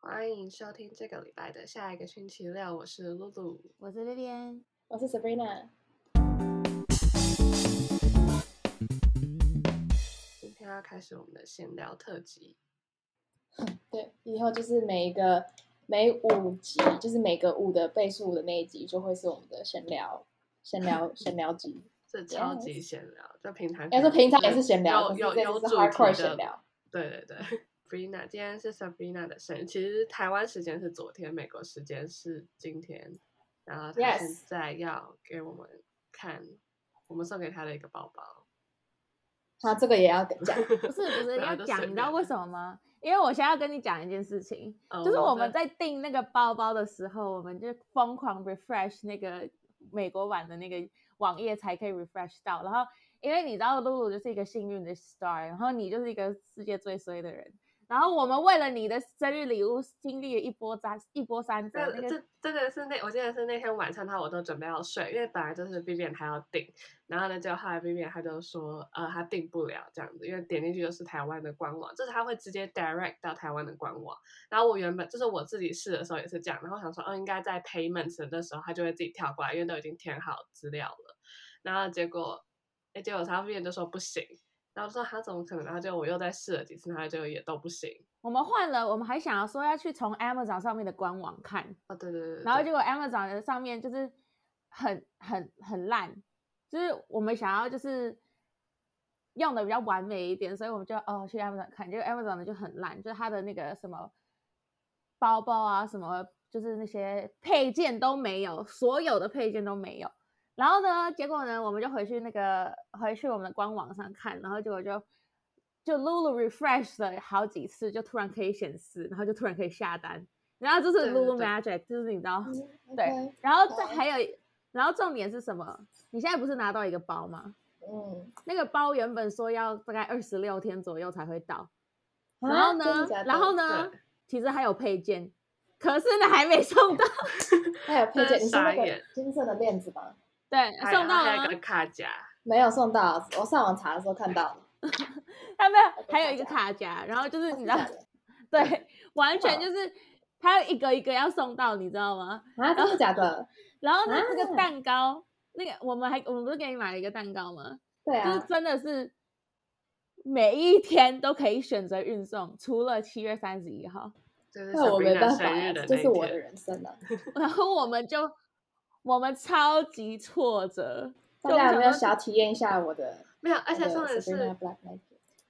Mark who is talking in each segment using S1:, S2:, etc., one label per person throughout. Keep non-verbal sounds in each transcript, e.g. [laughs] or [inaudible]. S1: 欢迎收听这个礼拜的下一个星期六，我是露露。
S2: 我是 Vivian，
S3: 我哦是 Sabrina。
S1: 今天要开始我们的闲聊特辑，
S3: 对，以后就是每一个每五集，就是每个五的倍数的那一集，就会是我们的闲聊，闲聊，闲聊集。
S1: 这超级闲聊，这平常
S3: 要是平常也是闲聊，
S1: 有有
S3: 可是这
S1: 有主
S3: 次是
S1: 题
S3: hardcore
S1: 的
S3: 闲聊。
S1: 对对对，Sabrina，今天是 Sabrina 的生日。其实台湾时间是昨天，美国时间是今天。然后他
S3: Yes
S1: 现在要给我们看我们送给他的一个包包。
S3: 他这个也要
S1: [laughs]
S3: 讲，
S2: 不是不是
S1: 然后
S2: 要
S1: 就
S2: 讲，
S1: 啊随
S2: 你知道
S1: 便
S2: 为什么吗？因为我现在要跟你讲一件事情，
S1: 呃
S2: 就是我们
S1: 们在
S2: 在订那个包包的时候，我们就疯狂 refresh 那个美国版的那个网页才可以 refresh 到。然后，因为你知道露露就是一个幸运的 star，然后你就是一个世界最衰的人。然后我们为了你的生日礼物，经历了一波三一波三折。那
S1: 这
S2: 个
S1: 这这个是那我记得是那天晚上他我都准备要睡，因为本来就是 Vivian 他要订，然后呢，结果后来 Vivian 他就说呃他订不了这样子，因为点进去就是台湾的官网，就是他会直接 direct 到台湾的官网。然后我原本就是我自己试的时候也是这样，然后想说哦应该在 payments 的那时候他就会自己跳过来，因为都已经填好资料了。然后结果哎结果他 Vivian 就说不行，然后说他怎么可能？然后就我又再试了几次，他就也都不行。
S2: 我们换了，我们还想要说要去从 Amazon 上面的官网看，
S1: 哦对对对对，
S2: 然后
S1: 对
S2: 结果 Amazon 的上面就是很很很烂，就是我们想要就是用的比较完美一点，所以我们就哦去 Amazon 看，结果 Amazon 的就很烂，就是它的那个什么包包啊什么，就是那些配件都没有，所有的配件都没有。然后呢，结果呢，我们就回去那个回去我们的官网上看，然后结果就就 Lulu refresh 了好几次，就突然可以显示，然后就突然可以下单，然后这
S1: 对
S2: 是
S1: 对
S2: Lulu
S1: 对
S2: Magic，就是你知道，对
S3: OK，
S2: 然后这
S3: 嗯好啊
S2: 还有一，然后重点是什么？你现在不是拿到一个包吗？
S3: 嗯，
S2: 那个包原本说要大概二十六天左右才会到，
S3: 啊
S2: 然后呢
S3: 真的假，的
S2: 然后呢
S1: 对，
S2: 其实还有配件，可是呢还没
S1: [laughs]
S2: 送到，
S3: 还有配
S1: 真
S3: 件，你是
S1: 傻
S3: 那个
S1: 眼
S3: 金色的链子吗？
S2: 对，
S1: 还
S2: 送到
S1: 还
S2: 了
S1: 有一
S2: 吗
S1: 个，卡夹。
S3: 没有送到，我上网查的时候看到了。
S2: 他们
S3: 有个
S2: 还有一
S3: 卡
S2: 个
S3: 夹
S2: 卡夹，然后就是
S3: 哦
S2: 你知
S3: 真的
S2: 道
S3: 假，的 [laughs]
S2: 对，完全
S3: 哇
S2: 就是他一个一个要送到，你知道吗？
S3: 啊，真的假的？
S2: 然后呢，那个
S3: 啊
S2: 蛋糕，那个我们还我们不是给你买了一个蛋糕吗？
S3: 对
S2: 就是
S3: 啊，
S2: 真的是每一天都可以选择运送，除了七月三十一号。 [laughs]
S1: 就是
S3: 那我没
S1: Sabrina
S3: 办法
S1: 生日
S3: 呀，
S1: 的那
S3: 这
S1: 一
S3: 是我的
S1: 天，
S3: 人生啊了。
S2: 然后我们就我们超级挫折，
S3: 大
S2: 就我
S3: 家有
S2: 想
S3: 没有
S2: 说
S3: 想要体验一下我的？
S1: 没有，而且
S3: 我的
S1: 重点
S3: Sabrina
S1: 是，
S3: Black Magic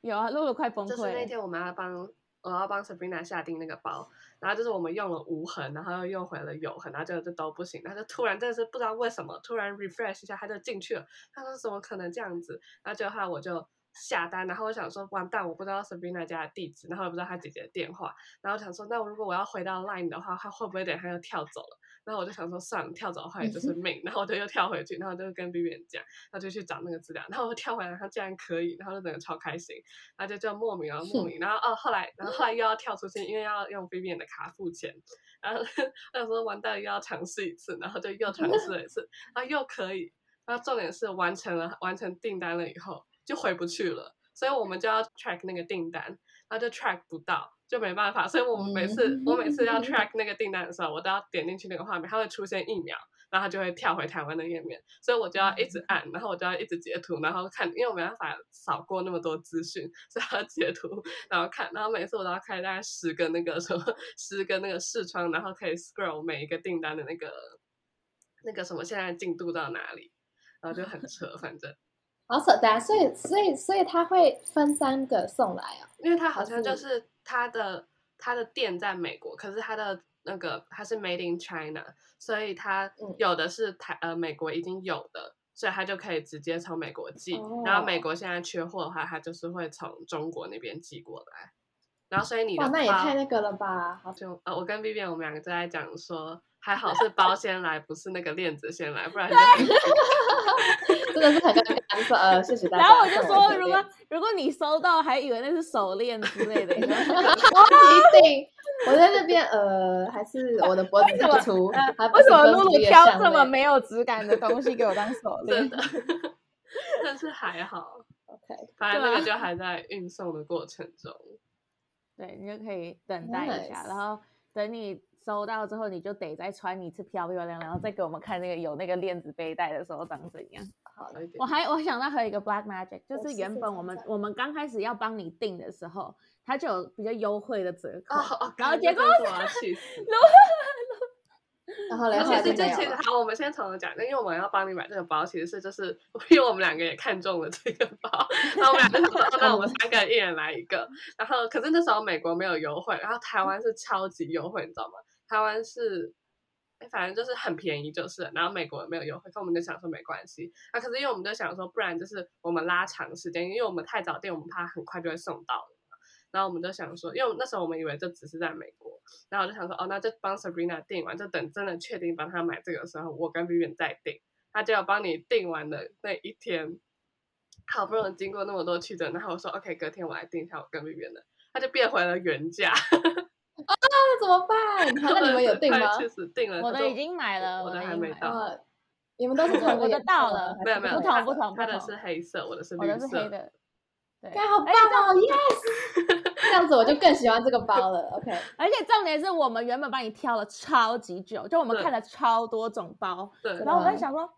S2: 有啊，露露快崩
S1: 就是
S2: 溃
S1: 那
S2: 了。
S1: 天我们要帮我要帮 Sabrina 下定那个包，然后就是我们用了无痕，然后又用回了有痕，然后就这都不行，然后就突然真的是不知道为什么，突然 refresh 一下他就进去了，他说怎么可能这样子？然后就后来我就。下单，然后我想说，完蛋，我不知道 Sabrina 家的地址，然后也不知道她姐姐的电话，然后想说，那如果我要回到 Line 的话，她会不会等一下又跳走了？然后我就想说，算了，跳走的话也
S2: 嗯
S1: 就是命，然后我就又跳回去，然后就跟 B B 讲，然后就去找那个资料，然后我跳回来，他竟然可以，然后就整个超开心，然后就就莫名啊莫名，然后哦后来，然后后来又要跳出去，因为要用 B B 的卡付钱，然后 [laughs] 我想说完蛋，又要尝试一次，然后就又尝试了一次，然后又可以，然后重点是完成了完成订单了以后就回不去了，所以我们就要 track 那个订单，然后就 track 不到。就没办法，所以我们每次、我每次要 track 那个订单的时候，我都要点进去那个画面，它会出现一秒，然后它就会跳回台湾的页面，所以我就要一直按，然后我就要一直截图，然后看，因为我没办法扫过那么多资讯，所以要截图，然后看，然后每次我都要开大概十个那个什么，十个那个视窗，然后可以 scroll 每一个订单的那个那个什么现在进度到哪里，然后就很扯，反正。
S3: 好扯淡，所以所以所以他会分三个送来啊。
S1: 因为它好像就
S3: 还
S1: 是它的它的店在美国，可是它的那个它是 Made in China，所以它
S3: 嗯
S1: 有的是台呃美国已经有的，所以它就可以直接从美国寄。然后美
S3: 哦
S1: 国现在缺货的话，它就是会从中国那边寄过来。然后所以你的
S3: 哇，
S1: 包
S3: 那也太那个了吧！好，
S1: 就呃，我跟 B B 我们两个就在讲说，还好是包先来，不是那个链子先来，不然就
S3: 真的是很尴尬，就
S2: [laughs]
S3: 说呃，谢谢大家。
S2: 然后我就
S3: 送我
S2: 说，
S3: 一个
S2: 如
S3: 链
S2: 果如果你收到，还以为那是手链之类的，你知
S1: [laughs]
S2: 道吗
S3: [laughs] 不一定，我在那边呃，还是我的脖子
S2: 为
S3: 不
S2: 什呃
S3: 粗，还不
S2: 为
S3: 是
S2: 什么
S3: 脖
S2: 露
S3: 子
S2: 露
S3: 也
S2: 挑
S3: 像
S2: 这么
S3: 那
S2: 没有质感的东西给我当手
S1: [laughs] 真
S2: 链？
S1: 的，但是还好，
S3: ？OK，
S1: 反正那
S2: 对啊
S1: 个就还在运送的过程中。
S2: 对你就可以等待一下，然后等你收到之后，你就得再穿一次漂漂亮亮，然后再给我们看那个有那个链子背带的时候长怎样。
S3: 好
S1: 好一点
S2: 我。还我想到还有一个 Black Magic，就
S1: 哦
S3: 我
S2: 是
S3: 是
S2: 原
S3: 非
S2: 本
S3: 常
S2: 我们
S3: 赞
S2: 我们刚开始要帮你订的时候，它就有比较优惠的折
S1: 哦
S2: 扣，
S1: 哦，
S2: 然后
S1: 干这
S2: 结果
S1: 真是我要气死。
S3: 然后
S1: [laughs]
S3: 嘞，
S1: 而
S3: 后
S1: 且
S3: 来
S1: 是
S3: 就
S1: 这
S3: 没有
S1: 其实
S3: 了。 [laughs]
S1: 好，我们先从头讲，因为我们要帮你买这个包，其实是就是 [laughs] 因为我们两个也看中了这个包，然后我们两个想说，哦那我们三个一人来一个。然后可是那时候美国没有优惠，然后台湾是超级优惠，你知道吗？台湾是。哎，反正就是很便宜，就是了。然后美国没有优惠，所以我们就想说没关系。啊，可是因为我们就想说，不然就是我们拉长时间，因为我们太早订，我们怕很快就会送到了嘛。然后我们就想说，因为那时候我们以为这只是在美国，然后我就想说，哦，那就帮 Sabrina 订完，就等真的确定帮她买这个的时候，我跟 Vivian 再订。他就要帮你订完的那一天，好不容易经过那么多曲折，然后我说 OK，隔天我来订一下我跟 Vivian 的，他就变回了原价。
S3: 那怎么办？好 [laughs] 那你们有订吗？
S1: 确实订了，
S2: 我
S1: 他
S2: 的
S1: 说
S2: 已经买了，
S1: 我的
S2: 已
S1: 还
S2: 经
S1: 没
S2: 买
S1: 到
S2: 了
S3: 啊，你们都是同一
S2: 我
S3: 个
S2: 的
S3: 颜色
S2: 到
S3: 吗
S2: 了
S3: 还
S1: 没有
S3: 是
S1: 没有
S2: 不
S3: 同
S2: 同
S3: 样
S2: 不同不
S1: 他的
S2: 同
S1: 是黑色，我的是
S2: 我
S1: 绿
S2: 的是黑
S1: 色。
S2: 的，对，
S3: 哎，好
S2: 而且
S3: 棒
S2: 重
S3: 哦，yes！
S2: [laughs]
S3: 这样子我就更喜欢这个包了。OK，
S2: 而且重点是我们原本帮你挑了超级久，就我们
S1: 对
S2: 看了超多种包，
S1: 对
S2: 然后我在
S3: 嗯
S2: 想说，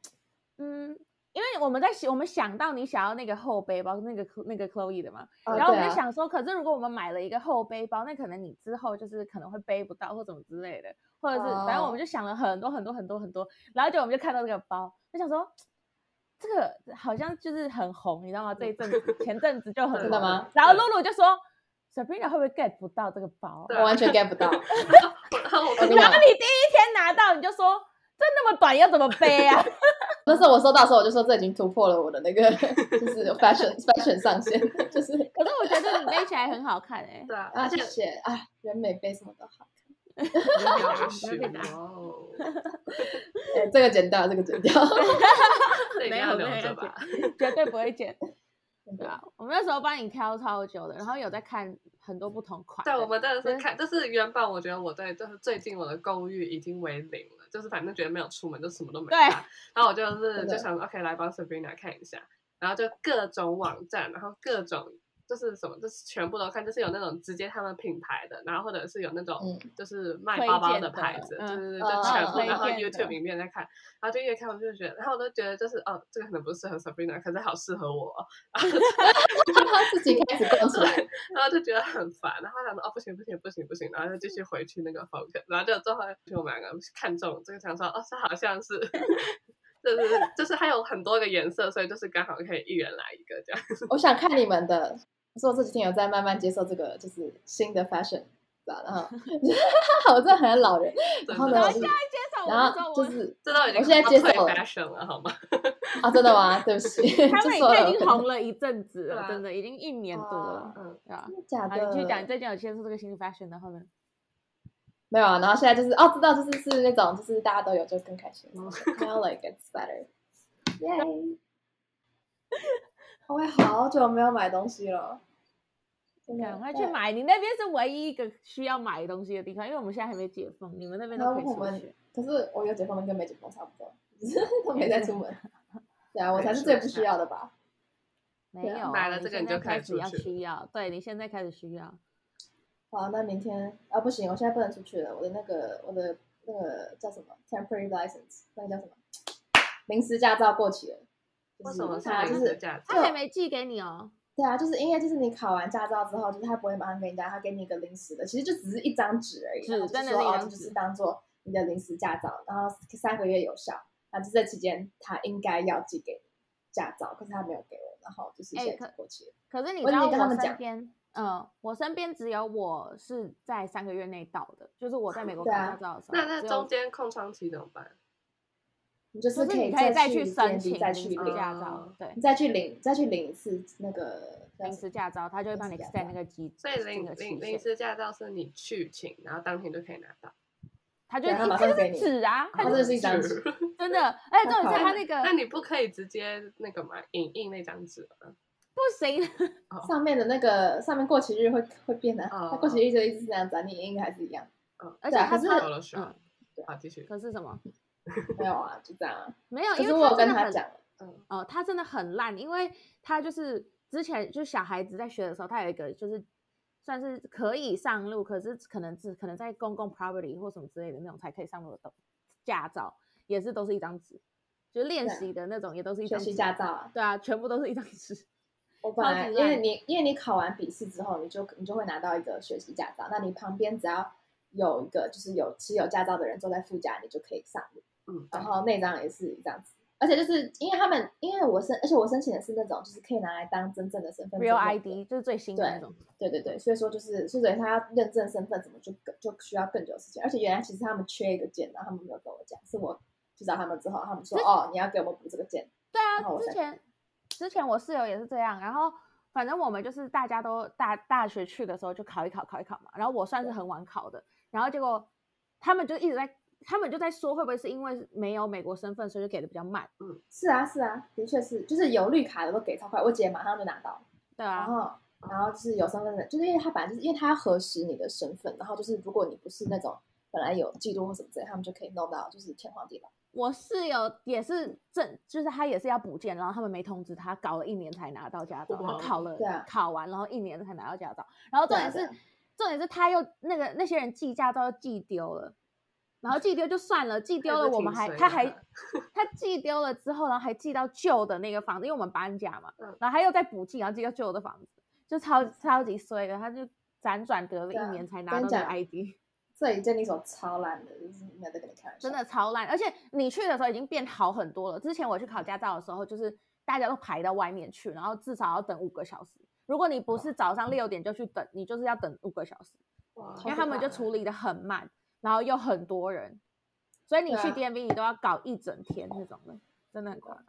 S2: 嗯，因为我们在想，我们想到你想要那个后背包，那个那个 Chloe 的嘛，
S3: 哦
S2: 然后我
S3: 对
S2: 们
S3: 啊
S2: 就想说，可是如果我们买了一个后背包，那可能你之后就是可能会背不到或怎么之类的，或者是、反正我
S3: 哦
S2: 们就想了很多很多很多很多，然后就我们就看到这个包，就想说。这个好像就是很红，你知道吗？这一阵子前阵子就很红，
S3: 真的吗
S2: 然后
S1: 对
S2: 露露就说：“Sabrina 会不会 get 不到这个包？”
S1: 对
S3: 我完
S2: 啊
S3: 全 get 不到。
S1: 然后我
S3: 我跟
S1: 跟你
S3: 你
S2: 然
S3: 讲
S2: 后，你第一天拿到你就说：“这那么短要怎么背啊？” [laughs]
S3: [laughs] 那时候我收到的时候，我就说这已经突破了我的那个 [laughs] 就是 fashion fashion 上限， [laughs] 就是
S2: 可是我觉得你背起来很好看哎、
S1: 对啊，
S3: 啊，
S2: [laughs]
S1: 而且
S3: 谢谢啊，人美背什么都好。
S1: 有
S2: 不要被
S1: 血
S2: 打
S1: 哦，
S3: 哎，这个剪掉，这个剪
S2: [laughs]
S3: 掉。
S1: 这一定
S2: 没
S1: 要
S2: 有没
S1: 留
S2: 有
S1: 着
S2: 要
S1: 吧？
S2: 剪，绝对不会剪。对啊，我们那时候帮你挑超久的，然后有在看很多不同款的。
S1: 对，我们真的
S2: 对
S1: 是看，就是原本我觉得我对，就是最近我的购欲已经为零了，就是反正觉得没有出门就什么都没
S2: 对
S1: 看，然后我就是
S3: 真
S1: 就
S3: 的
S1: 想说 OK 来帮 Sabrina 看一下，然后就各种网站，然后各种就是什么，就是全部都看，就是有那种直接他们品牌的，然后或者是有那种
S3: 嗯
S1: 就是卖
S2: 推
S1: 包包
S2: 荐
S1: 的
S2: 的
S1: 牌子，对
S2: 嗯
S1: 对对，
S3: 哦
S1: 就全部，
S3: 推
S1: 然后
S2: 荐的
S1: YouTube 影片在看，然后就越看我就觉得，然后我都觉得就是哦，这个可能不适合 Sabrina，可是好适合我哦，
S3: 自己开始逛起来，
S1: 然后就觉得很烦，然后想说哦不行不行不行不行，然后就继续回去那个 focus，然后就最后就我们两个看中了这个，想说哦这好像
S3: [laughs]
S1: 是，就是就是它有很多个颜色，所以就是刚好可以一人来一个这样。
S3: 我想看你们的。可是我这几天有在慢慢接受这个，就是新的 fashion，知道然后 [laughs] 我真的很老人。然后呢，
S1: 真的
S3: 我就
S2: 等一下介绍我
S3: 然
S2: 们之
S3: 后
S2: 后，
S3: 就
S2: 我
S3: 是
S1: 这都已经
S3: 我现在接
S1: 快
S3: 受了
S1: fashion 了好吗？
S3: 啊，真的吗？对不起，
S2: 他
S3: 就
S2: 们已
S3: 说了
S2: 经
S3: 我
S2: 已
S3: 可
S2: 经
S3: 能
S2: 红了一阵子
S1: 对啊
S2: 了，真的已经一年多了，
S1: 嗯，
S2: 对吧
S3: 真？的假
S2: 啊，
S3: 的？
S2: 你去讲，你最近有接触这个新的 fashion 的后面，
S3: 没有啊，然后现在就是哦，知道就是是那种就是大家都有就更开心
S2: 哦
S3: [laughs]
S1: 嗯
S3: ，feel like
S2: [laughs]
S3: it's better，耶！我也好久没有买东西了，真的
S2: 赶快去。买。你那边是唯一一个需要买东西的地方，因为我们现在还没解封，你们那边
S3: 对
S2: 都
S3: 然后
S2: 可以
S3: 我
S2: 出
S3: 们
S2: 去。
S3: 可是我有解封门跟没解封差不多， [laughs] 都没再出门。对
S2: [laughs]
S3: 啊，我才是最不需要的吧？
S2: 没
S3: 对啊
S2: 有，
S1: 买了这个
S2: 现
S1: 你就
S2: 在
S1: 可以
S2: 开始
S1: 出
S2: 要
S1: 去
S2: 需要，对你现在开始需要。
S3: 好，那明天啊不行，我现在不能出去了，我的那个我的那个叫什么 temporary license，那个叫什么临时驾照过期了。就
S1: [laughs] 为
S3: 是
S1: 什么是
S3: 它就
S1: 零
S3: 是
S1: 的价值？
S2: 他还没寄给你哦，
S3: 对啊，就是因为就是你考完驾照之后，就是他不会马上给你驾，他给你一个临时的，其实就只是一张纸而已。
S2: 纸
S3: 然后就
S2: 真的
S3: 说
S2: 是一
S3: 哦
S2: 张
S3: 这就
S2: 纸
S3: 是当做你的临时驾照，然后三个月有效。那就这期间他应该要寄给你驾照，可是他没有给我，然后就是
S2: 哎
S3: 现在
S2: 可
S3: 已经过期了。
S2: 可是你
S3: 我
S2: 知
S3: 已经
S2: 道
S3: 跟他
S2: 我
S3: 们
S2: 身
S3: 讲
S2: 边，嗯，我身边只有我是在三个月内到的，就是我在美国考
S3: 对啊
S2: 驾照的时候，
S1: 那那
S2: 只有
S1: 中间空窗期怎么办？
S3: 你就是
S2: 就是你可以
S3: 再
S2: 再去
S3: 去
S2: 申请
S3: 再
S2: 临
S3: 去
S2: 时
S3: 领，
S2: 驾照
S1: 哦，
S2: 对
S3: 你，再去领，再去领一次那个叫
S2: 临
S3: 什
S2: 时
S3: 么
S2: 驾照，他就会
S3: 临
S2: 帮
S3: 时
S2: 你
S3: 驾
S2: extend
S3: 照
S2: 那个机，
S1: 所以
S2: 那
S1: 临
S2: 个
S1: 临
S2: 期
S1: 临
S2: 限，
S1: 时驾照是你去请，然后当天就可以拿到。
S2: 他就
S3: 对
S2: 会
S3: 他
S2: 寄
S3: 马
S2: 这
S3: 上给
S2: 个
S3: 你
S2: 是纸啊，他
S3: 它真
S2: 就
S3: 的是一张纸
S1: 纸。
S2: 真的，而且重点是
S3: 好
S2: 他那个
S1: [laughs] 那你不可以直接那个嘛，影印那张纸吗？
S2: 不行，
S3: 上面的那个上面过期日会会变的、
S1: 哦
S3: 它过期日就一直是那样子、啊，你应该还是一样。
S1: 嗯，
S2: 而
S3: 对
S2: 且
S3: 啊
S2: 他
S3: 可是
S2: 怕
S1: 有了水
S2: 嗯。
S1: 好，继续。
S2: 可是什么？
S3: 没有啊，就这样啊。
S2: 没有，
S3: 可
S2: 因
S3: 是
S2: 为
S3: 我有
S2: 他
S3: 跟
S2: 真的
S3: 他
S2: 很
S3: 讲了，嗯
S2: 哦，他真的很烂，因为他就是之前就是小孩子在学的时候，他有一个就是算是可以上路，可是可能只可能在公共 property 或什么之类的那种才可以上路的东驾照，也是都是一张纸，就练
S3: 对啊
S2: 习的那种也都 [laughs] 是一
S3: 学
S2: 张
S3: 习
S2: 纸。
S3: 驾照啊。
S2: 对啊，全部都是一张
S3: [laughs]
S2: 纸。
S3: 我本来
S2: 超级
S3: 因
S2: 烂
S3: 为你因为你考完笔试之后，你就你就会拿到一个学习驾照，那你旁边只要有一个就是有持有驾照的人坐在副驾，你就可以上路。
S1: 嗯，
S3: 然后那张也是这样子，而且就是因为他们因为我申，而且我申请的是那种就是可以拿来当真正的身份证
S2: Real
S3: 用的
S2: ID 就是最新的那种，
S3: 对对对，所以说就是，所以他要认证身份，怎么就更就需要更久的时间。而且原来其实他们缺一个键，然后他们没有跟我讲，是我去找他们之后，他们说哦，你要给我们补这个键。
S2: 对啊
S3: 然后，我
S2: 之
S3: 再
S2: 前之前我室友也是这样，然后反正我们就是大家都大大学去的时候就考一考考一考嘛，然后我算是很晚考的，然后结果他们就一直在他们就在说会不会是因为没有美国身份，所以就给的比较慢，
S3: 是啊是啊，的确是，就是有绿卡的都给超快，我姐马上就拿到了，
S2: 对
S3: 然
S2: 啊，
S3: 后然后就是有身份证，就是因为他本来就是因为他要核实你的身份，然后就是如果你不是那种本来有记录或什么之类，他们就可以弄到就是天荒地老。
S2: 我室友也是正，就是他也是要补件，然后他们没通知他，搞了一年才拿到驾照，
S1: 哇
S2: 他考了、
S3: 对啊
S2: 考完，然后一年才拿到驾照，然后重
S3: 对啊
S2: 点是、
S3: 对啊
S2: 重点是他又那个那些人寄驾照又寄丢了，然后寄丢就算了，
S3: [laughs]
S2: 寄丢
S1: 还
S2: 了
S1: 是
S2: 我们
S1: 挺
S2: 还
S1: 衰
S2: 他
S1: 的
S2: 还
S1: 啦
S2: 他寄丢了之后，然后还寄到旧的那个房子，因为我们搬家嘛
S1: 嗯，
S2: 然后他又再补寄，然后寄到旧的房子，就超超级衰的，他就辗转得了
S3: 嗯对啊
S2: 一年才拿
S3: 跟
S2: 到
S3: 你
S2: 那个
S3: 讲
S2: ID。
S3: 这里建立所超烂的，就是没有在跟你开玩笑。
S2: 真的超烂。而且你去的时候已经变好很多了。之前我去考驾照的时候，就是大家都排到外面去，然后至少要等五个小时。如果你不是早上六点就去等，你就是要等五个小时，
S1: 哇
S2: 因
S3: 好
S2: 为
S3: 哦可
S2: 他们
S3: 怕
S2: 就
S3: 啊
S2: 处理的很慢，然后又很多人，所以你
S3: 对
S2: 去
S3: 啊
S2: DMV 你都要搞一整天那种的，真的很夸张。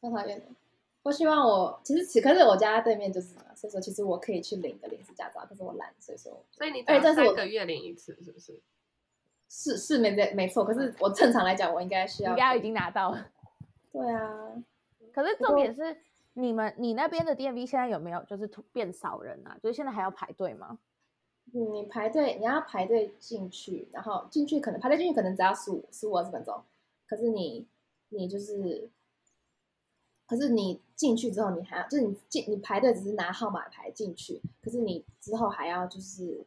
S3: 超讨厌的。我希望我其实此刻是我家对面就是嘛，所以说其实我可以去领一个临时驾照，可是我懒，所以说
S1: 所以你只
S3: 哎
S1: 要
S3: 但是
S1: 三
S3: 我
S1: 个月领一次，是不是？
S3: 是是没没没错，可是我正常来讲我应该需要
S2: 应该已经拿到了，
S3: 对啊，
S2: 可是
S3: 不
S2: 重
S3: 过
S2: 点是你们你那边的 DMV 现在有没有就是突变少人啊？就是现在还要排队吗？
S3: 嗯你排队你要排队进去，然后进去可能排队进去可能只要十五十五二十分钟，可是你你就是，可是你进去之后你还要就是你进你排队只是拿号码牌进去，可是你之后还要就是。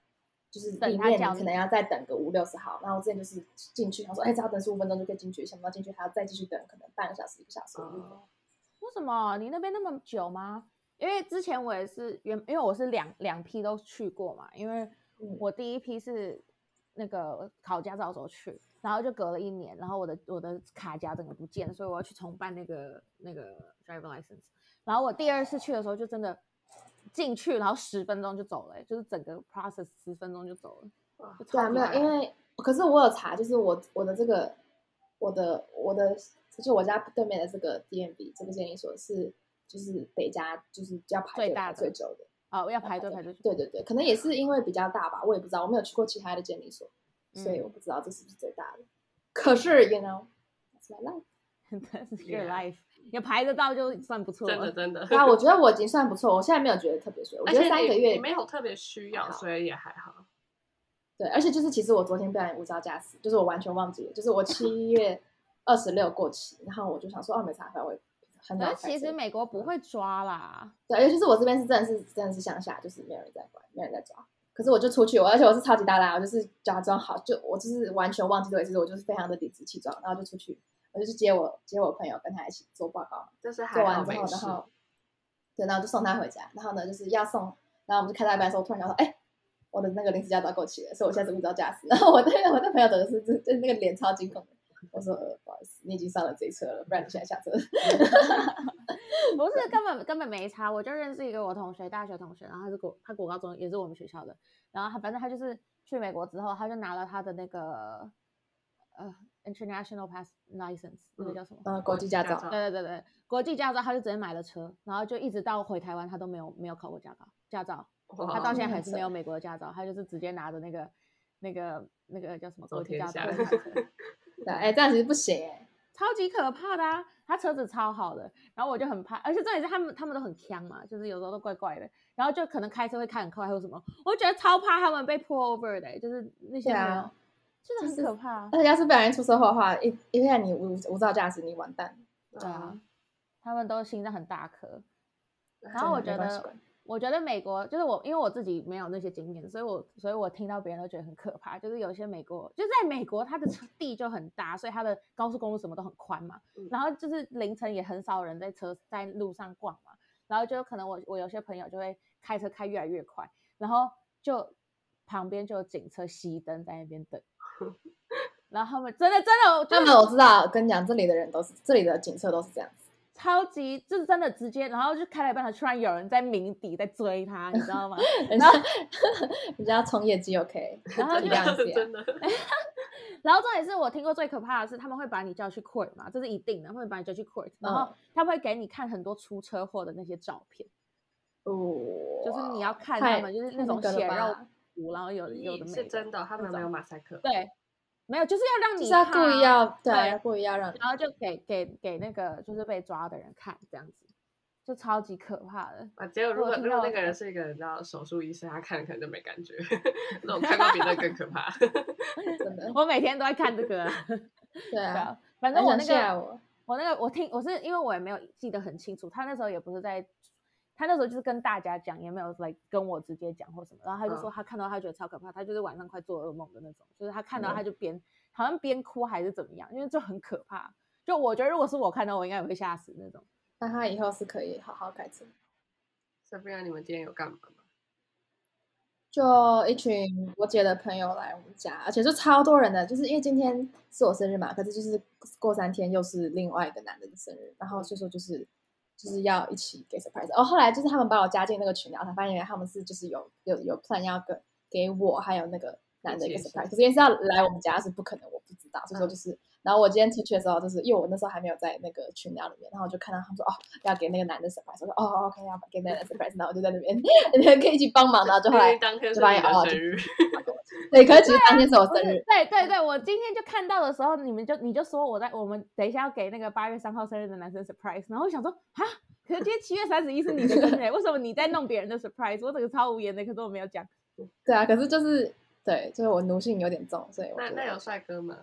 S3: 就是
S2: 等
S3: 里
S2: 他
S3: 面你
S2: 叫
S3: 可
S2: 你
S3: 能要再等个五六十号，然后我之前就是进去，他说哎，只要等十五分钟就可以进去，想不到进去还要再继续等，可能半个小时一个小时。
S1: 哦
S2: 为什么你那边那么久吗？因为之前我也是原，因为我是两两批都去过嘛，因为
S3: 嗯
S2: 我第一批是那个考驾照的时候去，然后就隔了一年，然后我的我的卡夹整个不见，所以我要去重办那个那个 driver license。然后我第二次去的时候就真的进去，然后十分钟就走了欸、就是整个 process 十分钟就走了
S1: 哇。
S2: 就
S3: 对啊，
S2: 超
S3: 没有，
S2: 级
S3: 因
S2: 慢
S3: 为可是我有查，就是我我的这个我的我的就是我家对面的这个 DMB 这个监理所是就是北加就是要排
S2: 最
S3: 队
S2: 大
S3: 排
S2: 的
S3: 最久的，
S2: 哦，要
S3: 要
S2: 排队排队去。
S3: 对对对，可能也是因为比较大吧，我也不知道，我没有去过其他的监理所，所以
S2: 嗯
S3: 我不知道这是不是最大的。可是 you know that's
S2: [laughs]
S3: my life，
S2: That's your
S1: Yeah
S2: life，有排得到就算不错
S1: 啊真的
S2: 了。
S1: 真的。
S3: 那啊我觉得我已经算不错，我现在没有觉得特别衰，我
S1: 而
S3: 觉
S1: 且
S3: 得三
S1: 你
S3: 个月
S1: 你没有特别需要，
S3: 好
S1: 所以也还好。
S3: 对，而且就是其实我昨天不然无照驾驶，就是我完全忘记了，就是我七
S2: [laughs]
S3: 月二十六过期，然后我就想说哦没查，反正我也很
S2: 可
S3: 早
S2: 是
S3: 开
S2: 其
S3: 车
S2: 实美国
S1: 嗯
S2: 不会抓啦。
S3: 对，尤其是我这边是真的是真的是乡下，就是没有人在管，没有人在抓。可是我就出去，我而且我是超级大啦，我就是假装好，就我就是完全忘记这回事，我就是非常的理直气壮，然后就出去，我就去接我接我朋友跟他一起做报告，
S1: 就是
S3: 做
S1: 还好
S3: 完之
S1: 没
S3: 后，然
S1: 事。
S3: 后对，然后就送他回家。然后呢，就是要送，然后我们就开到一半的时候，我突然想说，哎、我的那个临时驾照过期了，所以我现在是无照驾驶。 [laughs] 然后我那个我那朋友等的是就是就是那个脸超惊恐的，我说、呃、不好意思，你已经上了这一车了，不然你现在下车。 [laughs]
S2: [laughs] 不是根本根本没差，我就认识一个我同学，大学同学，然后他是国他国高中也是我们学校的，然后他反正他就是去美国之后，他就拿了他的那个呃 international pass license，那个
S1: 嗯
S2: 叫什么？
S3: 嗯，国际驾照
S1: 国际驾照
S2: 对对对对，国际驾照，他就直接买了车，然后就一直到回台湾，他都没有没有考过驾照，驾照，
S1: 哇
S2: 他到
S3: 哦
S2: 现在
S3: 那
S2: 还
S3: 很
S2: 是没
S3: 扯
S2: 有美国的驾照，他就是直接拿着那个那个那个叫什么
S1: 走
S2: 国际
S1: 天
S2: 驾照
S1: 下
S2: 买车。
S3: 对，哎、这样其实不行哎、
S2: 超级可怕的啊！他车子超好的，然后我就很怕，而且重点是他们他们都很呛嘛，就是有时候都怪怪的，然后就可能开车会开很快或什么，我觉得超怕他们被 pull over 的欸、就是那些
S3: 对啊
S2: 没有真的
S3: 就
S2: 很
S3: 是
S2: 可怕。啊
S3: 而且要是不小心出车祸的话，一一下你无无照驾驶，你完蛋了。
S2: 嗯对啊，他们都心脏很大颗。然
S3: 真
S2: 后我
S3: 的
S2: 觉
S3: 没关系
S2: 得
S3: 关
S2: 我觉得美国就是我，因为我自己没有那些经验，所以我所以我听到别人都觉得很可怕。就是有些美国，就在美国，它的车地就很大，所以它的高速公路什么都很宽嘛
S1: 嗯。
S2: 然后就是凌晨也很少人在车在路上逛嘛。然后就可能我我有些朋友就会开车开越来越快，然后就旁边就有警车熄灯在那边
S3: [laughs]
S2: 等。然后他们真的真的，
S3: 他
S2: 真的
S3: 们我知道，跟你讲，这里的人都是，这里的景色都是这样子。 [laughs]
S2: 超级就是真的直接，然后就开了一半，他突然有人在鸣笛在追他，你知道吗？ [laughs]
S3: 人家 [laughs] 人家冲业绩 OK，
S2: 然后
S3: 就
S2: 就
S1: [laughs]
S3: 这样子啊呀。
S1: 真的，
S2: 然后重点是我听过最可怕的是，他们会把你叫去 court 嘛，这是一定的，他们会把你叫去 court，然
S3: 嗯
S2: 后他们会给你看很多出车祸的那些照片，
S3: 哦，
S2: 就是你要看
S3: 太
S2: 他们就是
S3: 太
S2: 那种
S3: 个了
S2: 血肉
S3: 吧
S2: 图，然后有有的没
S1: 是真的，他们
S2: 那
S1: 没有马赛克，
S2: 对，没有，就是要让
S3: 就
S2: 你
S3: 是要故意
S2: 怕
S3: 要对啊，
S2: 对
S3: 要故意要让你
S2: 然后就给给给那个就是被抓的人看这样子，就超级可怕的。
S1: 啊，结果如
S2: 我
S1: 果
S2: 听
S1: 如果
S2: 到
S1: 那个
S2: 的
S1: 人是一个你知道手术医生，他看了可能就没感觉，那我看过比那更可怕。 [laughs]
S3: 哎真
S2: [laughs]
S3: 的
S2: 我每天都在看这个啦，
S3: [laughs] 对
S2: 对
S3: 啊，
S2: 啊，反正
S3: 很
S2: 我那
S3: 想吓
S2: 个
S3: 我
S2: 我那个我听我是因为我也没有记得很清楚，他那时候也不是在，他那时候就是跟大家讲，也没有 like 跟我直接讲或什么，然后他就说他看到他觉得超可怕，他就是晚上快做噩梦的那种，就是他看到他就边、好像边哭还是怎么样，因为就很可怕。就我觉得如果是我看到，我应该也会吓死那种。
S3: 那他以后是可以好好改正。
S1: Sabrina，你们今天有干嘛吗？
S3: 就一群我姐的朋友来我们家，而且就超多人的，就是因为今天是我生日嘛，可是就是过三天又是另外一个男的生日，然后所以说就是就是要一起给 surprise。哦，后来就是他们把我加进那个群聊，才发现原来他们是就是有有有 plan 要给给我还有那个男的一个
S1: 一起
S3: surprise，可是因为是要来我们家是不可能，我不知道，所以说
S1: 嗯
S3: 就是，然后我今天出去的时候，就是因为我那时候还没有在那个群聊里面，然后我就看到他们说哦要给那个男的 surprise，我说哦 OK 要给那个男的 surprise，然后我就在那边 [laughs] 可以一起帮忙，然后就后
S1: 因
S3: 来
S1: 为。当天是
S3: 就发
S1: 你
S3: 现
S1: 的
S3: 哦
S1: 生日，
S3: 对，啊可是其实当天哦是我
S2: 不是
S3: 生日，
S2: 对对对，我今天就看到的时候，你们就你就说我在我们等一下要给那个八月三号生日的男生 surprise，然后我想说啊，可是今天七月三十一是你的生日欸，为什么你在弄别人的 surprise？我整个超无言的，可是我没有讲。
S3: 对啊，可是就是对，就是我奴性有点重，所以我
S1: 那
S3: 觉
S1: 那
S3: 得
S1: 有帅哥吗？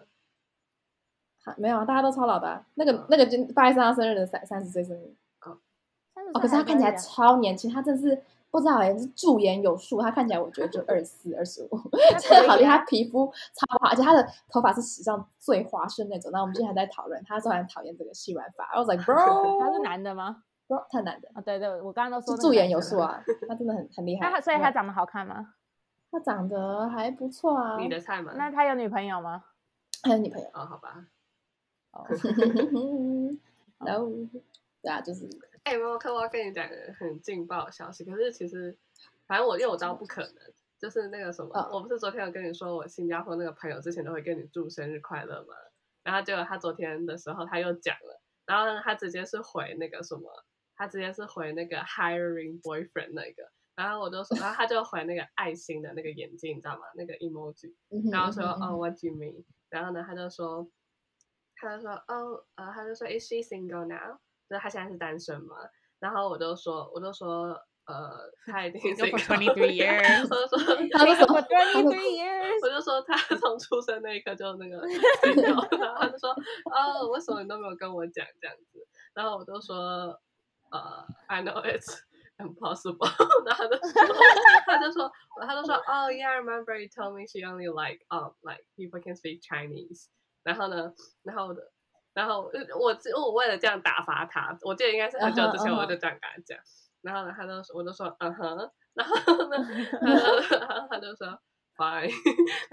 S3: 哈没有啊，大家都超老的啊、那个那个今八月三号生日的三三十岁生日
S2: 30
S3: 哦，可是
S2: 岁
S3: 他
S2: 还
S3: 看起
S2: 可以
S3: 来
S2: 啊
S3: 超年轻，他真是不知道哎，是驻颜有术，他看起来我觉得就二十四、二十五，
S2: 那
S3: 真
S2: 可
S3: 的好
S2: 以
S3: 厉害，
S2: 啊
S3: 他皮肤超好，而且他的头发是史上最滑顺那种。然后我们今天还在讨论，他说很讨厌这个细软发，I was like [laughs]
S2: 他是
S3: bro，
S2: 男的吗？
S3: bro 太难的，
S2: 啊、对对，我刚刚都说那
S3: 是驻
S2: 个
S3: 颜
S2: 男
S3: 有
S2: 生
S3: 术。啊，他真的很很厉害。
S2: 那他所以他
S3: [laughs] 那
S2: 长得好看吗？
S3: 他长得还不错啊，
S1: 你的菜吗？
S2: 那他有女朋友吗？
S3: 还有女朋友。
S1: 哦，好吧。
S3: [laughs]
S2: 哦，
S3: 然后，对啊，就是
S1: 哎、欸，没有，可我要跟你讲个很劲爆的消息。可是其实，反正我因为我知道不可能，就是那个什么，
S3: 嗯
S1: 我不是昨天有跟你说，我新加坡那个朋友之前都会跟你祝生日快乐嘛，然后结果他昨天的时候他又讲了，然后呢他直接是回那个什么，他直接是回那个 hiring boyfriend 那个，然后我就说，然后他就回那个爱心的那个眼镜，你知道吗？那个 emoji，然
S3: 嗯
S1: 后说哦、w h a t do you mean？然后呢，他就说，他就说哦，呃，他就说 Is she single now？就是他现在是单身嘛？然后我就说，我就说，呃，他一定是
S2: Single for 23 years
S1: [laughs] 我就说，
S3: 他说什
S2: 我
S3: 么？
S2: 23
S3: [laughs]
S2: years，
S1: 我就说他从出生那一刻就那个 single，然后他就说哦，为什么你都没有跟我讲这样子？然后我就说，呃，I know it's impossible。然 [laughs] 后他就说，他就说，他就说，哦，Yeah, I remember you told me she only like um like people can speak Chinese。然后呢，然后我的，然后呃我只我为了这样打发他，我记得应该是很久之前
S3: 嗯哼嗯
S1: 我
S3: 哼
S1: 就这样跟他讲。然后呢，他就说，我就说，嗯哼。然后呢，他就 [laughs] 然后他就说。Fine，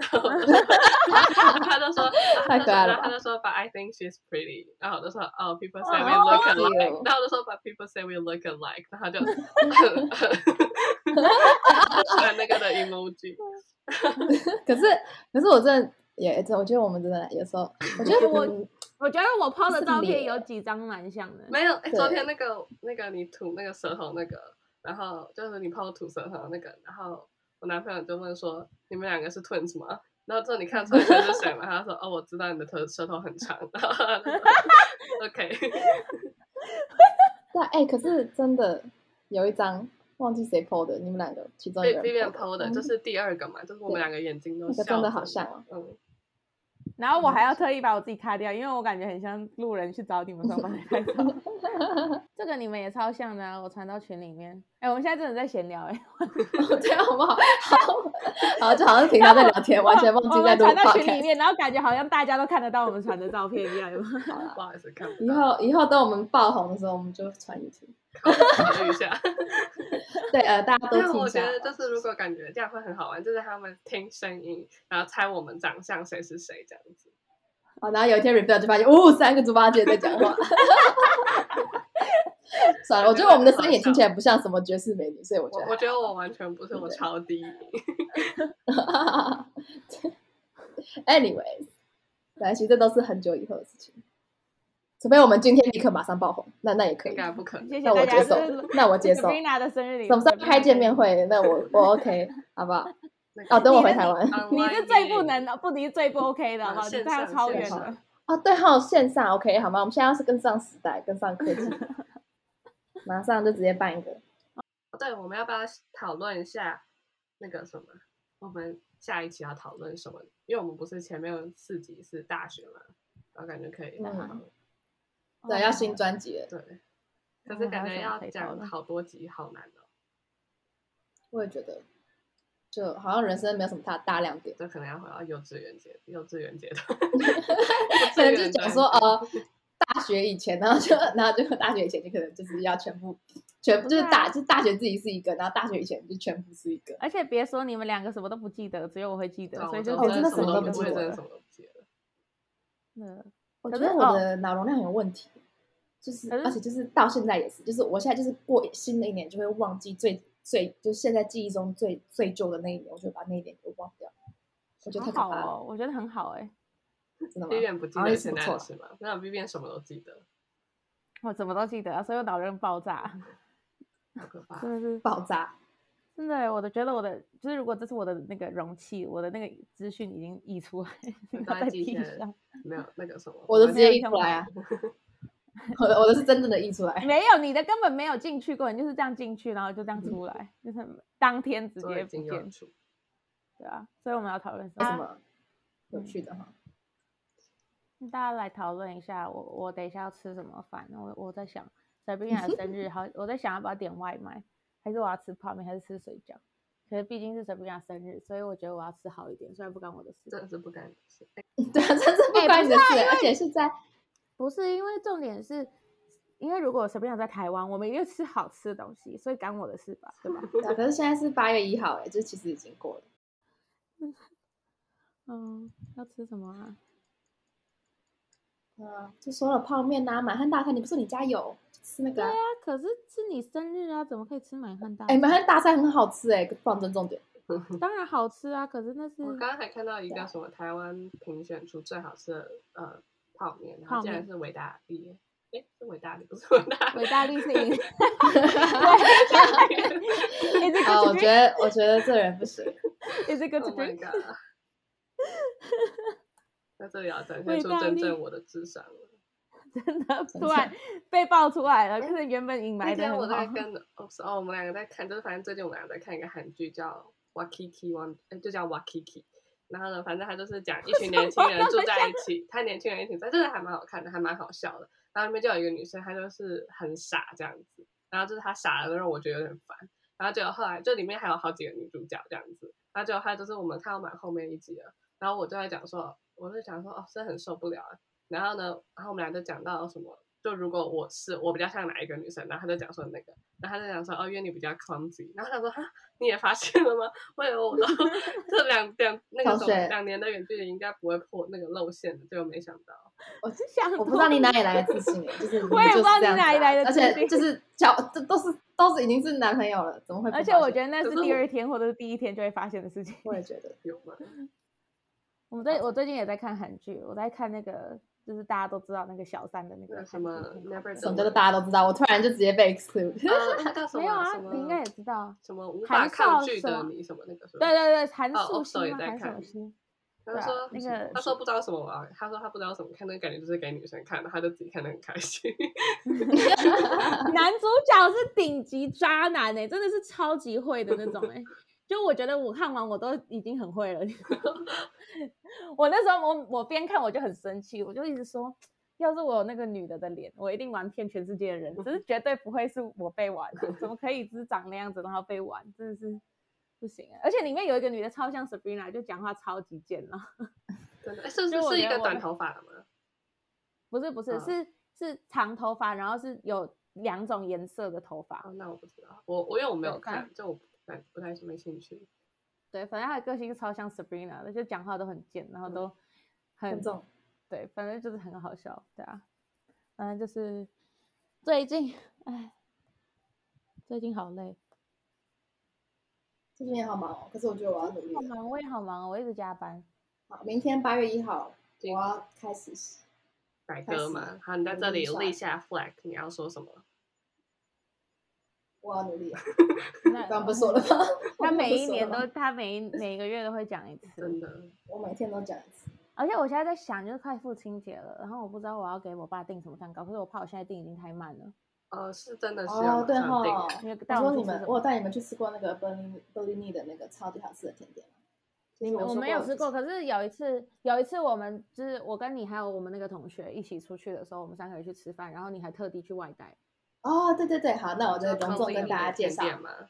S1: 然 [laughs] 后我就说
S3: [laughs]
S1: 他就说，
S3: 太可爱了
S1: 然后他
S3: 吧
S1: 就说，But I think she's pretty。然后我就说，Oh, people say we
S3: Oh,
S1: look
S3: thank
S1: alike。
S3: you.
S1: 然后我就说，But people say we look alike。然
S3: [laughs]
S1: 后他就传那个的 emoji。
S3: 可是，可是我真的也，真的我觉得我们真的有时候，我觉得
S2: 我
S3: 嗯
S2: 我觉得我 PO 的
S3: 是
S2: 照片
S3: 脸
S2: 有几张蛮像的。
S1: 没有，哎，昨
S3: 对
S1: 天那个那个你吐那个舌头那个，然后就是你泡我吐舌头那个，然后我男朋友就问说，你们两个是 twins 吗？然后之后你看出来他是谁吗？他说，哦，我知道你的头舌头很长。然后他就说 [laughs] OK。
S3: 对啊，哎，可是真的有一张忘记谁 PO 的，你们两个其中一
S1: 被
S3: 个
S1: Vivian
S3: 人
S1: PO
S3: 抛
S1: 的，就。是第二个嘛，就是我们
S3: 对
S1: 两个眼睛都
S3: 那个
S1: 笑
S3: 真的
S1: 着
S3: 好
S1: 嘛
S3: 像哦
S1: 嗯，
S2: 然后我还要特意把我自己卡掉，因为我感觉很像路人去找你们说帮你
S3: [laughs]
S2: 拍照。这个你们也超像的、啊，我传到群里面。哎，我们现在真的在闲聊哎、
S3: [laughs] 对啊，好不好？好，好，就好像平常在聊天，完全忘记
S2: [laughs] 我
S3: 在
S2: 们
S3: 录
S2: 传到群里
S3: podcast。
S2: 面，然后感觉好像大家都看得到我们传的照片一样。有没
S3: [laughs]
S2: 有
S1: 不嗯好意思，看不
S3: 以
S1: 到，
S3: 后以后等我们爆红的时候，我们就传 YouTube。
S1: 考虑一下。
S3: 对，呃，大 [laughs] 家都
S1: 但
S3: 听
S1: 我
S3: 一
S1: 觉
S3: 下。
S1: 得就是如果感觉这样会很好玩，就是他们听声音，然后猜我们长相谁是谁这样子。
S3: 好，然后有一天 r e p e a 就发现，哦，三个猪八戒在讲话。 [laughs] 算了，我觉得我们的声音也听起来不像什么爵士美女，所以我觉
S1: 我
S3: 得
S1: 我觉得我完全不是，我超低音。
S3: [laughs] Anyways，来，其实这都是很久以后的事情，除非我们今天立刻马上爆红，那那也可以
S1: 应。该不可能。
S2: 谢谢
S3: 那我
S2: 大
S3: 接
S2: 家。
S3: 受
S2: 这是，
S3: 那我接受。
S2: Sabrina 的生日礼物，
S3: 什么时候开见面会？那我我 OK，好不好？
S1: 那个
S3: 哦，等我
S2: 你
S3: 回
S2: 的
S3: 台湾。 [laughs]
S2: 你是
S1: online
S2: 最不
S1: meeting
S2: 能的，不，你
S1: [laughs]
S2: 是最不 OK 的，好不
S1: 啊
S2: 好？你
S1: 线
S2: 这样
S1: 上
S2: 超
S1: 线
S2: 远
S1: 上
S2: 的。
S3: 哦，对哈、线上 OK 好吗？我们现在要是跟上时代，跟上
S2: [laughs]
S3: 科技，马上就直接办一个。
S1: 对，我们要不要讨论一下那个什么？我们下一期要讨论什么？因为我们不是前面有四集是大学嘛，然后感觉可以来讨
S3: 嗯
S1: 论、
S3: 对，要
S2: 哦嗯
S3: 新专辑了，
S1: 对。可
S2: 我
S1: 是
S2: 们
S1: 感
S2: 还有
S1: 觉
S2: 什么
S1: 要
S2: 可以讨
S1: 讲
S2: 论
S1: 好多集，好难哦。
S3: 我也觉得，就好像人生没有什么大大亮点，
S1: 这可能要回到幼稚园阶，幼稚园阶段。
S3: 可能就是讲说
S1: 哦，
S3: 呃，大学以前，然后就然后就大学以前就可能就是要全部全部就是
S2: 对啊
S3: 大就是大学自己是一个，然后大学以前就全部是一个。
S2: 而且别说你们两个什么都不记得，只有我会记得
S1: 对，啊我
S2: 所以就
S1: 真
S3: 哦真的
S1: 的
S3: 什
S1: 什
S3: 么
S1: 么
S3: 都
S1: 不
S3: 不
S1: 会，
S3: 记
S1: 真
S3: 得
S1: 的什么都不记得。
S2: 嗯
S3: 我
S2: 可
S3: 觉得
S2: 是
S3: 我
S2: 哦
S3: 的脑容量很有问题，就是
S2: 可是
S3: 而且就是到现在也是，就是我现在就是过新的一年就会忘记最最就是现在记忆中最最旧的那一年，我就会把那一年给忘掉。我觉得太
S2: 很
S3: 可
S2: 好
S3: 怕了，
S2: 哦，我觉得很好哎、
S3: 真的吗
S1: B？B 不记
S3: 好像
S1: 得
S3: 也是
S1: 现
S3: 不
S1: 在
S3: 错
S1: 的
S3: 啦
S1: 事吗？那 B B 什么都记得，
S2: 我怎么都记得、啊，所以我脑容爆炸，
S1: [laughs] 好可怕
S2: 真。的是
S3: 爆炸！
S2: 真的欸，我都觉得我的就是如果这是我的那个容器，我的那个资讯已经溢出来，
S1: 你都
S2: 要
S1: 在
S2: 在
S1: 记一
S2: 地
S1: 些
S2: 上。
S1: 没有那个什么，
S3: 我都
S1: 们
S3: 直接
S2: 没
S3: 溢
S2: 有
S3: 出来啊！我的我的是真正的溢出来，
S2: 没有，你的根本没有进去过，你就是这样进去，然后就这样
S1: [laughs]
S2: 出来，就是当天直
S1: 都
S2: 接
S1: 已
S2: 不
S1: 经有
S2: 见，
S1: 出。
S2: 对啊。所以我们要讨论什
S3: 有什
S2: 么？啊
S3: 么有
S2: 嗯
S3: 趣的哈？ [laughs]
S2: 大家来讨论一下，我我等一下要吃什么饭？我我在想，Sabrina 的生日，好，我在想要不要点外卖，还是我要吃泡面，还是吃水饺？可是毕竟是 Sabrina 生日，所以我觉得我要吃好一点，虽然不干我的事。
S1: 真的是不敢吃。
S3: 对啊，真是不
S2: 哎
S3: 关
S2: 不
S3: 你的事，而且是在
S2: 不是因为重点是，因为如果 Sabrina 在台湾，我们一定吃好吃的东西，所以干我的事吧，
S3: [laughs]
S2: 对吧？
S3: 啊可是现在是八月一号，哎，就其实已经过了。
S2: 嗯，要吃什么啊？
S3: 啊，就说了泡面呐，满汉大餐，你不是说你家有就吃那个啊？
S2: 那可是是你生日啊，怎么可以吃满汉大
S3: 哎，
S2: 餐？
S3: 满汉大餐很好吃哎，放
S2: [laughs]
S3: 尊重点。
S2: 当然好吃啊，可是那是
S1: 我刚刚还看到一个什么台湾评选出最好吃的呃泡面，然
S2: 泡
S1: 后竟然
S2: 面
S1: 是维达利，哎，是维达利不是维达利
S2: 伟，大力是赢。Is it good
S3: 啊，
S2: to
S3: 我
S2: drink?
S3: 觉得我觉得这人
S2: [laughs]
S3: 不行，
S2: Is it good to
S1: Oh my
S2: drink？
S1: god！那这里要展现
S2: 伟
S1: 出
S2: 大
S1: 真
S2: 利
S1: 正我的智商了。
S2: 真的
S3: 真
S2: 突
S3: 的
S2: 然被爆出
S1: [laughs]
S2: 来了，就是原本隐
S1: 那
S2: 瞒的
S1: 天我
S2: 很
S1: 在
S2: 好。
S1: 跟哦是哦，我们两个在看，就是反正最近我们两个在看一个韩剧叫《Wakiki One》，哎，就叫《Wakiki》。然后呢，反正他就是讲一
S2: [laughs]
S1: 群年轻人住在一起，他年轻人一起在，真的还蛮好看的，还蛮好笑的。然后里面就有一个女生，她就是很傻这样子，然后就是她傻了，让我觉得有点烦。然后结果后来，就里面还有好几个女主角这样子。然后结果后来就是我们看到蛮后面一集了，然后我就在讲说，我就讲说，哦，真的很受不了啊。然后呢，然后我们俩就讲到什么，就如果我是我比较像哪一个女生，然后他就讲说那个，然后他就讲说，哦，因为你比较 clumsy。然后他说，哈，你也发现了吗？ [laughs] 我以为
S2: [laughs]
S1: 我都这两两那个
S3: 同
S1: 什
S3: 学
S1: 么两年的远距离应该不会破那个露馅的，结果没想到。
S3: 我
S2: 只想
S3: 我不知道你哪里来的自信哎，就是
S2: 我也不知道
S3: 你就
S2: 你
S3: 是这样
S2: 哪里
S3: 子啊
S2: 来的
S3: 而
S2: 自
S3: 且
S2: 信
S3: 就是交这都是都是已经是男朋友了，怎么会不发
S2: 而且
S3: 现？
S2: 我觉得那
S1: 可
S2: 是
S1: 是
S2: 第
S1: 我
S2: 二天或者是第一天就会发现的事情。 [laughs]
S3: 我也觉得，
S1: 有吗？
S2: 我们最我最近也在看韩剧，我在看那个就是大家都知道那个小三的那
S1: 那
S2: 个
S1: 什
S2: 韩剧
S1: 么
S2: 挺好
S1: Never
S2: 看
S3: [laughs] 什
S1: Done
S2: 的
S3: 么叫做大家都知道？我突然就直接
S2: [laughs]
S3: 被 exclude。
S1: 呃，那叫什么？
S2: 没有啊
S1: 什，么
S2: 你应该也知道啊。
S1: 什么无
S2: 韩
S1: 法抗
S2: 少
S1: 拒
S2: 什
S1: 的
S2: 么
S1: 你什么那个什么？
S2: 对对对，韩
S1: 哦
S2: 素
S1: ，Oxo
S2: 汐
S1: 也
S2: 吗？
S1: 在
S2: 还是什么
S1: 看
S2: 汐？
S1: 他
S2: 对啊
S1: 说
S2: 那个
S1: 他说不知道什么啊，他说他不知道什么看，那感觉就是给女生看的，他就自己看的很开心。 [laughs]
S2: 欸男主角是顶级渣男哎、真的是超级会的那种哎、就我觉得我看完我都已经很会了。 [laughs] 我那时候我我边看我就很生气，我就一直说，要是我有那个女的的脸，我一定玩遍全世界的人，只是绝对不会是我被玩的、怎么可以只长那样子然后被玩，真的是不行、啊。而且里面有一个女的超像 Sabrina，就讲话超级贱啊了。
S1: 真的，哎是
S2: 就是我
S1: 是一
S2: 觉得
S1: 个
S2: 我
S1: 短
S2: 们
S1: 头发的吗？
S2: 不是不是、
S1: 嗯
S2: 是是长头发，然后是有两种颜色的头发。
S1: 哦，那我不知道，我我因为我没有
S2: 对反
S1: 看，就我不太不太没兴趣。
S2: 对，反正她的个性超像 Sabrina 的，就讲话都很贱，然后都很
S3: 很重。
S2: 对，反正就是很好笑，对啊，反正就是最近，哎，最近好累，
S3: 最近也好忙哦，可是我觉得我要努力
S2: 好
S3: 了。
S2: 忙，我也好忙，我一直加班。
S3: 好，明天八月一号，我
S1: 对
S3: 要开始
S1: 改
S3: 开
S1: 歌
S3: 始
S1: 嘛，好，你在
S3: 我
S1: 这
S3: 立
S1: 里
S3: 下
S1: 立下 flag，你要说什么？
S3: 我要努
S2: [laughs]
S3: 力了。 [laughs]
S2: 那
S3: 刚刚不是说了吗？
S2: 他
S3: 我刚刚不
S2: 每
S3: 是
S2: 一
S3: 说
S2: 年
S3: 了吗
S2: 都，他每一每个月都会讲一次
S1: 真，的，
S3: 我每天都讲一次。
S2: 而且我现在在想，就是快父亲节了，然后我不知道我要给我爸订什么蛋糕，可是我怕我现在订已经太慢了。
S1: 呃，是真的是要
S3: 哦，
S1: 马
S3: 对
S1: 上定
S3: 哈
S1: 欸。，
S2: 你有
S3: 我
S2: 带
S3: 说
S2: 们
S3: 你
S2: 去吃
S3: 们，
S2: 什
S3: 我有
S2: 么？
S3: 带你们去吃过那个 Berlin Berlin 的那个超级好吃的甜点吗就是
S2: 我
S3: 说
S2: 没有
S3: 我
S2: 吃过，可是有一次，有一次我们就是我跟你还有我们那个同学一起出去的时候，我们三个人去吃饭，然后你还特地去外带。
S3: 哦，对对对，好，那我就
S1: 就
S3: 隆重跟大家介绍。
S1: 嘛，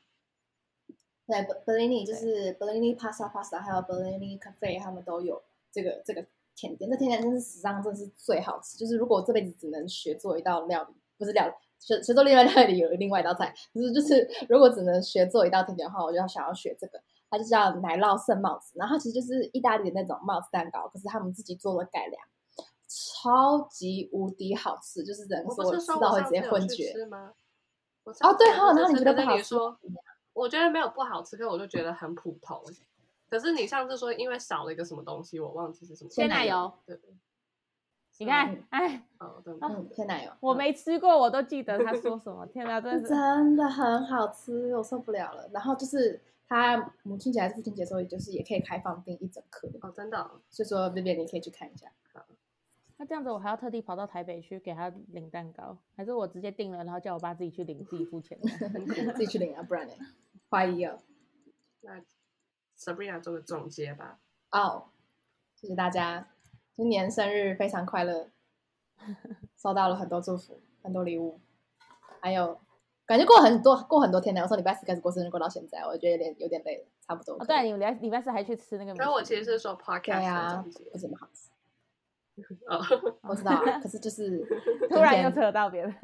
S3: 对，Ber-，Bellini 就是 Bellini Pasta Pasta，还有 Bellini Cafe，他们都有这个这个甜点。这甜点真是史上真是最好吃，就是如果我这辈子只能学做一道料理，不是料理，学学做另外料理有另外一道菜，可是就是如果只能学做一道甜点的话，我就想要学这个。它就叫奶酪圣帽子，然后它其实就是意大利的那种帽子蛋糕，可是他们自己做了改良，超级无敌好吃，就是整个
S1: 我
S3: 是
S1: 不
S3: 我
S1: 是
S3: 吃
S1: 说
S3: 到
S1: 我
S3: 会直
S1: 上
S3: 接
S1: 次有
S3: 昏
S1: 去
S3: 厥。
S1: 吃吗？我
S3: 哦，对哈、
S1: 哈，
S3: 然后你觉得不
S1: 跟
S3: 好
S1: 你
S3: 吃？嗯
S1: 说，我觉得没有不好吃，可我就觉得很普通。可是你上次说因为少了一个什么东西，我忘记是什么。
S2: 鲜
S3: 奶
S2: 奶
S3: 油
S2: 油，
S1: 对，是
S2: 你
S1: 吗
S2: 看，哎，
S1: 哦，对，
S2: 啊
S3: 嗯，偏奶油。
S2: 我没吃过，我都记得他说什 [laughs] 么。天哪，真的是
S3: 真的很好吃，我受不了了。然后就是他母亲节还是父亲节的时候，就是也可以开放订一整颗，
S1: 哦，真的哦，
S3: 所以说 Vivian 你可以去看一 [laughs] 下。
S2: 那这样子，我还要特地跑到台北去给他领蛋糕，还是我直接订了，然后叫我爸自己去领，自己付钱 [laughs] 这样？
S3: 自己去领啊，不然呢？怀疑哦。
S1: 那 Sabrina 做个总结吧。
S3: 哦，谢谢大家，今年生日非常快乐，收到了很多祝福，很多礼物，还有感觉过很多过很多天呢。我从礼拜四开始过生日，过到现在，我觉得有点有点累了，差不多。
S2: 哦，对，，你们礼拜礼拜四还去吃那个米其林？
S1: 但我其实是说
S3: 对
S1: podcast 的
S3: 啊
S1: 总结，
S3: 不怎么好吃，
S1: 哦，
S3: 我知道啊，可是就是 [laughs]
S2: 突然又
S3: 今天
S2: 扯到别人。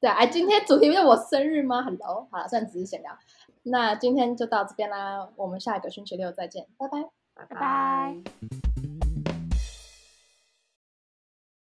S3: 对，哎，今天主题不是我生日吗？Hello，好了，算只是闲聊。那今天就到这边啦，我们下一个星期六再见，拜拜。
S1: 拜
S2: 拜
S1: 拜。